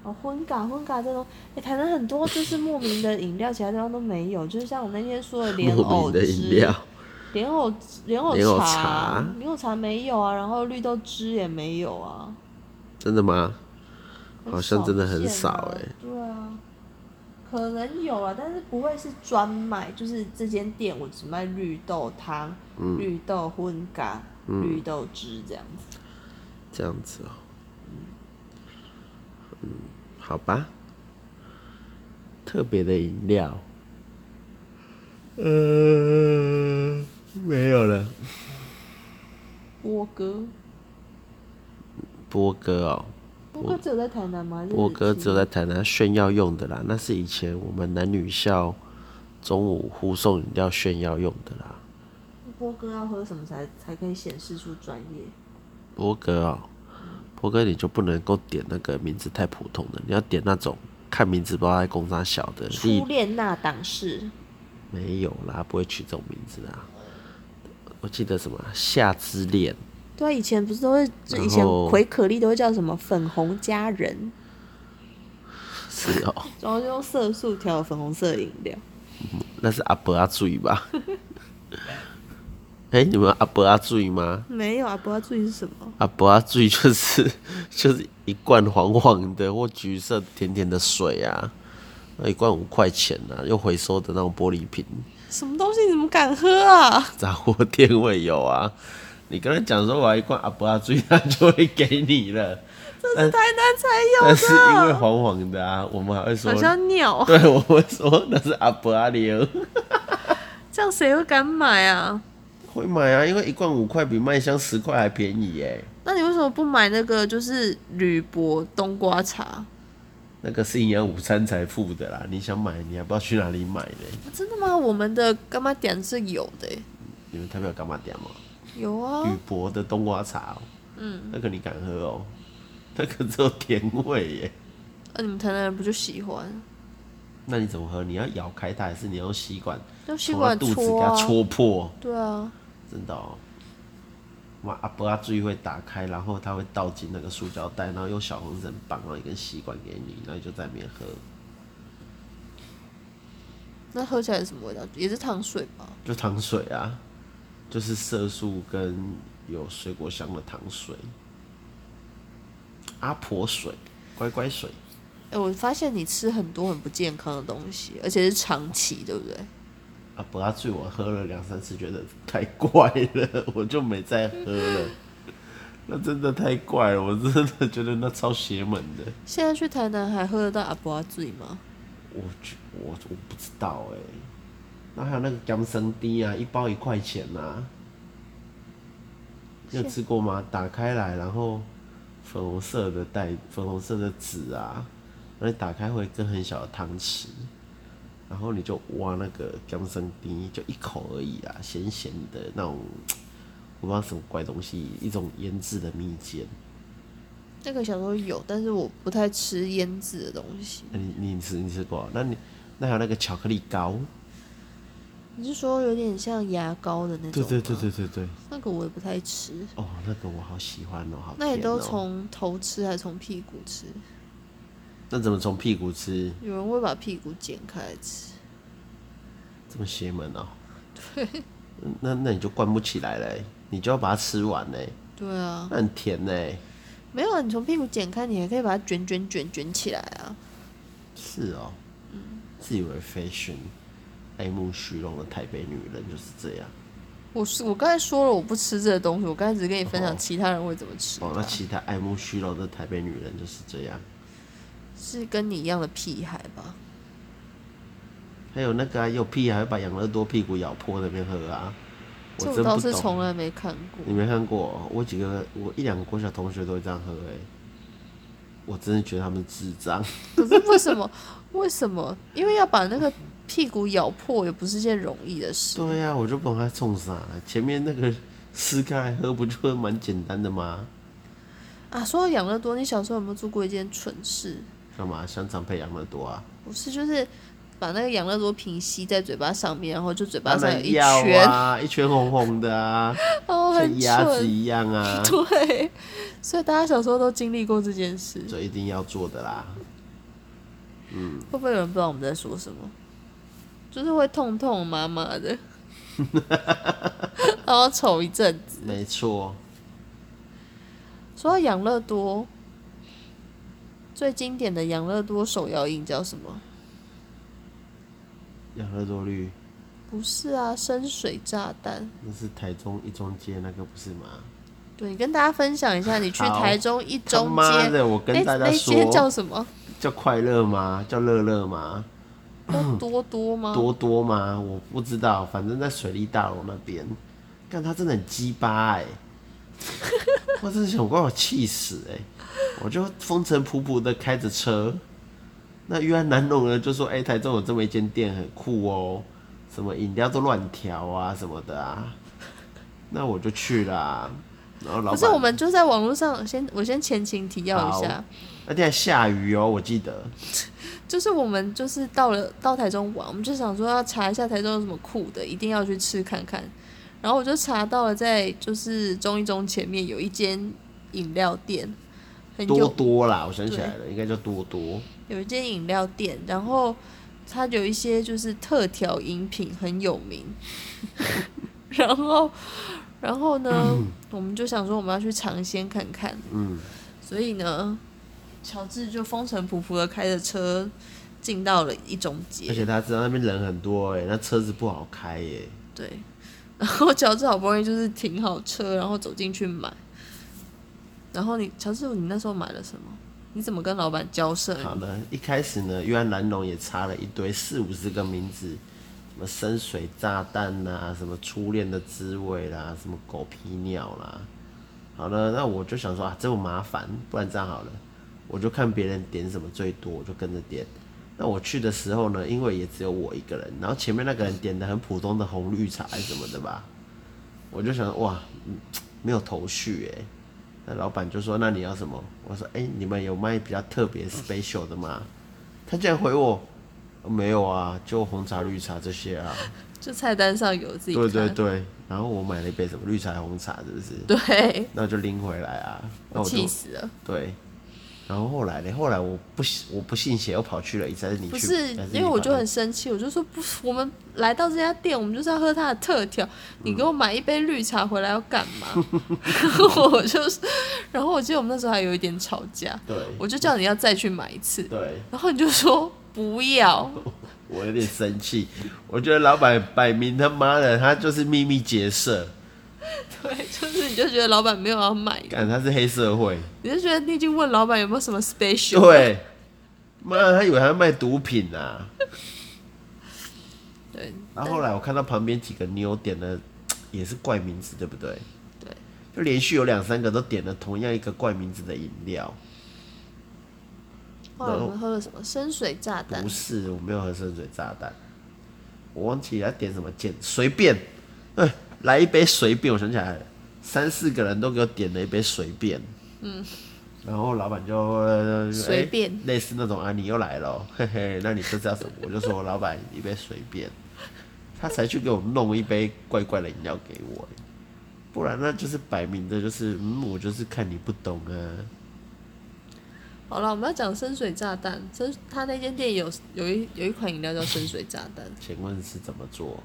S2: 哦，荤咖，荤咖这种，哎、台南很多就是莫名的饮料，其他地方都没有。就是像我那天说的莲
S1: 莫
S2: 藕
S1: 名的饮料
S2: 汁、，莲藕汁、莲藕
S1: 莲藕
S2: 茶
S1: 茶、
S2: 莲藕茶没有啊，然后绿豆汁也没有啊，
S1: 真的吗？
S2: 很
S1: 好像真的很
S2: 见啊
S1: 少欸
S2: 对啊，可能有啊，但是不会是专卖，就是这间店我只卖绿豆汤、
S1: 嗯
S2: 绿豆荤咖、绿豆汁这样子。
S1: 这样子哦、嗯，好吧。特别的饮料，呃，没有了。
S2: 波哥，
S1: 波哥哦、
S2: 波哥只有在台南吗？还是
S1: 波哥
S2: 其
S1: 只有在台南炫耀用的啦，那是以前我们男女校中午互送饮料炫耀用的啦。
S2: 波哥要喝什么才才可以显示出专业？
S1: 波哥哦、波哥你就不能够点那个名字太普通的，你要点那种看名字不知道在公啥小的，例
S2: 初恋那档事，
S1: 没有啦，不会取这种名字啦。我记得什么啊夏之恋，
S2: 对啊，以前不是都会，就
S1: 然
S2: 以前
S1: 后
S2: 葵可丽都会叫什么粉红佳人，
S1: 是哦，
S2: 然后就用色素调粉红色饮料。
S1: 那是阿伯阿醉吧？ [laughs] 哎、你们有阿伯阿醉吗？
S2: 没有啊，不知道注意是什么。
S1: 阿伯阿醉 [laughs] 就是就是一罐黄黄的或橘色甜甜的水啊，那一罐五块钱啊，又回收的那种玻璃瓶，
S2: 什么东西你怎么敢喝啊？
S1: 杂货店会有啊。你跟他讲说我要一罐阿伯阿醉，他就会给你了。
S2: 这是台南
S1: 但是
S2: 才
S1: 因
S2: 有
S1: 为
S2: 的，
S1: 黄黄的啊，我们还会说
S2: [laughs] 好像尿，
S1: [laughs] 对，我会说那是阿伯啊哦阿牛。
S2: 这样谁会敢买啊？
S1: [laughs] 会买啊，因为一罐五块比麦香十块还便宜耶。
S2: 那你为什么不买那个就是铝箔冬瓜茶？啊
S1: 那个是营养午餐才付的啦，你想买你还不知道去哪里买呢。
S2: 真的吗？我们的干妈点是有的欸、
S1: 你们台北有干嘛点吗？
S2: 有啊。
S1: 宇博的哦 [laughs] 冬瓜茶、哦，嗯，那个你敢喝哦？那个只有甜味耶，
S2: 呃，你们台南人不就喜欢
S1: 那你怎么喝？你要咬开它，还是你用吸管
S2: 用吸
S1: 从它
S2: 管
S1: 肚子给
S2: 戳
S1: 它
S2: 啊？
S1: 戳破？
S2: 对啊，
S1: 真的哦。妈，阿伯阿啊注意会打开，然后它会倒进那个塑胶袋，然后用小红绳绑，然后一根吸管给你，然后你就在里面喝，
S2: 那喝起来是什么味道？也是糖水吧？
S1: 就糖水啊，就是色素跟有水果香的糖水，阿婆水、乖乖水。
S2: 哎、我发现你吃很多很不健康的东西，而且是长期，对不对？
S1: 阿伯阿醉我喝了两三次，觉得太怪了， [laughs] 我就没再喝了。那真的太怪了，我真的觉得那超邪门的。
S2: 现在去台南还喝得到阿伯阿醉吗？
S1: 我觉我我不知道哎、那还有那个姜生滴啊，一包一块钱啊。你有吃过吗？打开来，然后粉红色的袋，粉红色的纸啊，然后你打开会有一根很小的汤匙，然后你就挖那个姜生滴，就一口而已啊，咸咸的那种，我不知道什么怪东西，一种腌制的蜜饯。
S2: 那个小时候有，但是我不太吃腌制的东西。
S1: 那你你吃你吃过啊？那你那还有那个巧克力糕，
S2: 你是说有点像牙膏的那种？
S1: 对对对，对对对。
S2: 那个我也不太吃。
S1: 哦，那个我好喜欢哦，好甜
S2: 那
S1: 哦。
S2: 你都从头吃还是从屁股吃？
S1: 那怎么从屁股吃？
S2: 有人会把屁股剪开来吃，
S1: 这么邪门
S2: [laughs]
S1: 哦。对。那那你就灌不起来嘞，你就要把它吃完嘞，
S2: 对啊，
S1: 那很甜嘞。
S2: 没有啊，你从屁股剪开，你还可以把它卷卷卷卷起来啊。
S1: 是哦。
S2: 嗯
S1: 自以为 fashion，爱慕虚荣的台北女人就是这样。
S2: 我是我刚才说了我不吃这个东西，我刚才只是跟你分
S1: 哦
S2: 享其他人会怎么吃它，啊
S1: 哦，那其他爱慕虚荣的台北女人就是这样。
S2: 是跟你一样的屁孩吧？
S1: 还有那个、啊、有屁还会把养乐多屁股咬破在那边喝啊，我
S2: 这
S1: 真
S2: 倒
S1: 不
S2: 是
S1: 懂。
S2: 从来没看过。
S1: 你没看过？我几个，我一两个国小同学都会这样喝、欸，我真的觉得他们智障。 [laughs]
S2: 可是为什么？ [laughs] 为什么？因为要把那个屁股咬破也不是件容易的事。
S1: 对呀、我就不懂他冲啥，前面那个撕开来喝不就蛮简单的吗？
S2: 啊，说到养乐多，你小时候有没有做过一件蠢事？
S1: 干嘛香肠配养乐多啊？
S2: 不是，就是把那个养乐多瓶吸在嘴巴上面，然后就嘴巴
S1: 当
S2: 上有一
S1: 然
S2: 圈，
S1: 要啊，一圈红红的
S2: [laughs]
S1: 啊，
S2: 哦，
S1: 像
S2: 很
S1: 鸭子
S2: 蠢。
S1: 一样啊，
S2: 对，所以大家小时候都经历过这件事。
S1: 这一定要做的啦。
S2: 会不会有人不知道我们在说什么？就是会痛痛麻麻的， [laughs] 然后丑一阵子。
S1: 没错，
S2: 说到养乐多，最经典的养乐多手摇饮叫什么？
S1: 养乐多绿
S2: 不是啊，深水炸弹。
S1: 那是台中一中街那个不是吗？
S2: 对你跟大家分享一下，你去
S1: 好
S2: 台中一
S1: 他
S2: 中
S1: 妈
S2: 街，
S1: 的，我
S2: 那
S1: 跟大家
S2: 那街叫
S1: 说，[clears throat]
S2: 什么？
S1: 叫快乐吗？叫乐乐吗？
S2: 叫多多吗？
S1: 多多吗？我不知道，反正在水利大楼那边，但他真的很鸡巴
S2: [laughs]
S1: 哎、我真的想把我气死哎、我就风尘仆仆的开着车，那约翰南龙呢就说，哎、台中有这么一间店很酷哦、什么饮料都乱调啊什么的啊，那我就去啦、然后老
S2: 不是，我
S1: 板，
S2: 们就在网络上先，我先前情提要一下
S1: 好，那天还下雨哦、我记得，
S2: 就是我们就是到了到台中玩，我们就想说要查一下台中有什么酷的，一定要去吃看看。然后我就查到了，在就是中一中前面有一间饮料店，很
S1: 多
S2: 有
S1: 多啦，我想起来了，应该叫多多。
S2: 有一间饮料店，然后它有一些就是特调饮品很有
S1: [laughs]
S2: 名。然后，然后呢，我们就想说我们要去尝鲜看看。
S1: 嗯，
S2: 所以呢，乔治就风尘仆仆的开着车进到了一中街，
S1: 而且他知道那边人很多哎、那车子不好开欸耶、
S2: 对， [laughs] 然后乔治好不容易就是停好车，然后走进去买。然后你乔治，你那时候买了什么？你怎么跟老板交涉？
S1: 好了，一开始呢，约翰兰农也插了一堆四五十个名字，什么深水炸弹啦，什么初恋的滋味啦，什么狗屁尿啦。好了，那我就想说啊，这么麻烦，不然这样好了，我就看别人点什么最多，我就跟着点。那我去的时候呢，因为也只有我一个人，然后前面那个人点的很普通的红绿茶还是什么的吧，我就想哇，嗯没有头绪哎、那老板就说：“那你要什么？”我说：“哎、你们有卖比较特别 special 的吗？”他竟然回我：“呃没有啊，就红茶、绿茶这些啊。
S2: 就菜单上有自”己
S1: 对对
S2: 看
S1: 对，然后我买了一杯什么绿茶、红茶，是不是？
S2: 对，
S1: 那我就拎回来啊，那我
S2: 我
S1: 就
S2: 气死了！
S1: 对。然后后来呢？后来我不信我不信邪，又跑去了一次，还是你去？
S2: 不是，
S1: 还你
S2: 因为我
S1: 跑
S2: 就很生气，我就说不是，我们来到这家店，我们就是要喝它的特调，你
S1: 嗯
S2: 给我买一杯绿茶回来要干
S1: [laughs]
S2: 嘛？然后我就是，然后我记得我们那时候还有一点吵架，
S1: 对
S2: 我就叫你要再去买一次，
S1: 对，
S2: 然后你就说不要，
S1: 我有点生气。我觉得老板摆明他妈的，他就是秘密结社，
S2: 对，就是你就觉得老板没有要买，
S1: 感他是黑社会。
S2: 你就觉得你已经问老板有没有什么 special，
S1: 对，妈的，他以为他卖毒品啊。
S2: 对
S1: 然后后来我看到旁边几个妞点了，也是怪名字，对不对？
S2: 对，
S1: 就连续有两三个都点了同样一个怪名字的饮料。
S2: 后来我们喝了什么深水炸弹
S1: 不，是，我没有喝深水炸弹，我忘记他点什么键，随便，哎、来一杯随便，我想起来了，三四个人都给我点了一杯随便，嗯，然后老板就呃
S2: 随
S1: 哎
S2: 便
S1: 类似那种啊，你又来了哦，嘿嘿，那你这是要什么？我就说老板一杯随便，他才去给我弄一杯怪怪的饮料给我，不然那就是摆明的就是，嗯，我就是看你不懂啊，
S2: 好了，我们要讲深水炸弹，深他那间店有有一有一款饮料叫深水炸弹。
S1: 请问是怎么做？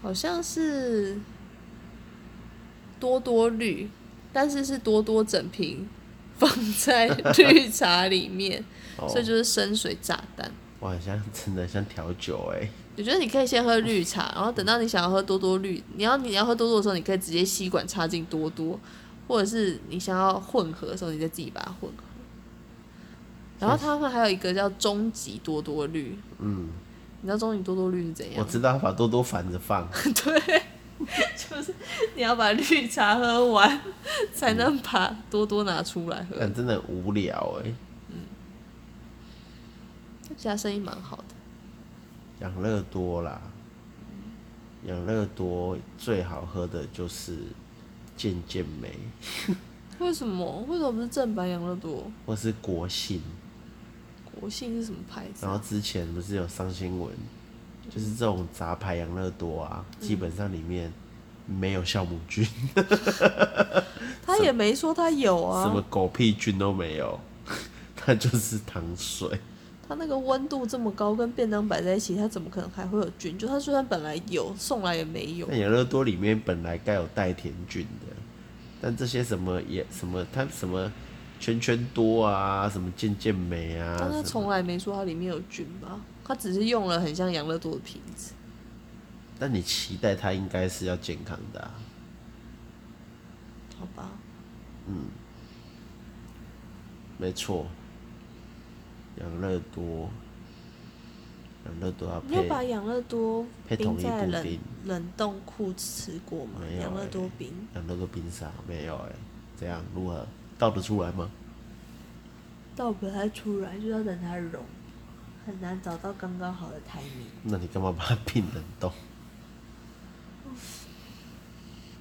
S2: 好像是多多绿，但是是多多整瓶放在 [laughs] 绿茶里面，
S1: 哦
S2: 所以就是深水炸弹。
S1: 我好像真的像调酒哎、
S2: 我觉得你可以先喝绿茶，然后等到你想要喝多多绿，你要你要喝多多的时候，你可以直接吸管插进多多，或者是你想要混合的时候，你再自己把它混合。然后他们还有一个叫终极多多绿，嗯，你知道终极多多绿是怎样吗？
S1: 我知道把多多反着放，
S2: [laughs]
S1: [laughs]
S2: 你要把绿茶喝完，才能把多多拿出来喝。
S1: 但真的很无聊哎、
S2: 现在生意蛮好的，
S1: 养乐多啦，养乐多最好喝的就是健健美
S2: 为什么？为什么不是正版养乐多？
S1: 或是国信。
S2: 国信是什么牌子
S1: 然
S2: 啊？
S1: 后之前不是有上新闻，就是这种杂牌养乐多啊，基本上里面没有酵母菌，
S2: 他也没说他有
S1: 什么
S2: 啊。
S1: 狗屁菌都没有， [laughs] 它就是糖水。
S2: 他那个温度这么高，跟便当摆在一起，他怎么可能还会有菌？就他虽然本来有，送来也没有
S1: 那。养乐多里面本来该有带甜菌的，但这些什么也什么它什么圈圈多啊，什么健健美啊，
S2: 但
S1: 什
S2: 他
S1: 么
S2: 哦从来没说它里面有菌吧？他只是用了很像养乐多的瓶子。
S1: 但你期待它应该是要健康的、啊，
S2: 好吧，
S1: 没错。养乐多，养乐多要
S2: 你有
S1: 配
S2: 把养乐多
S1: 配
S2: 冰
S1: 同一
S2: 在
S1: 布
S2: 冷
S1: 丁
S2: 冷冻库吃过吗
S1: 没？有
S2: 养乐
S1: 欸
S2: 多冰
S1: 养乐多冰沙没有哎、怎样如何倒得出来吗？
S2: 倒不太出来，就要等它融，很难找到刚刚好的 timing。
S1: 那你干嘛把它 [laughs] 冰冷冻？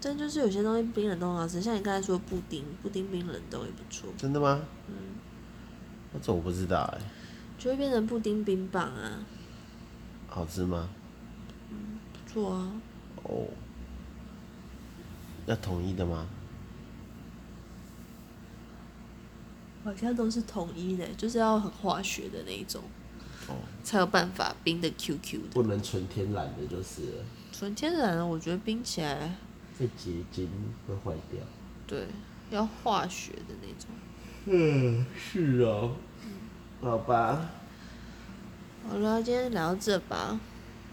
S2: 但就是有些东西冰冷冻很好吃，像你刚才说布丁，布丁冰冷冻也不错，
S1: 真的吗？嗯，那这我不知道哎、
S2: 就会变成布丁冰棒啊，
S1: 好吃吗？
S2: 不错啊。
S1: 哦，要统一的吗？
S2: 好像都是统一的，就是要很化学的那一种，
S1: 哦，
S2: 才有办法冰的 QQ 的。
S1: 不能纯天然的，就是了
S2: 纯天然的，我觉得冰起来
S1: 会结晶，会坏掉。
S2: 对要化学的那种。
S1: 嗯，是哦。好吧，
S2: 好了，今天聊到这吧。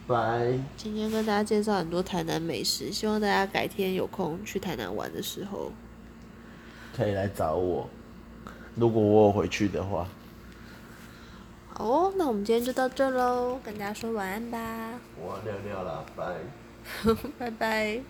S1: 拜。
S2: 今天跟大家介绍很多台南美食，希望大家改天有空去台南玩的时候，
S1: 可以来找我，如果我有回去的话。
S2: 好哦，那我们今天就到这喽，跟大家说晚安吧， [laughs]
S1: 我要尿尿了，拜。
S2: 拜拜。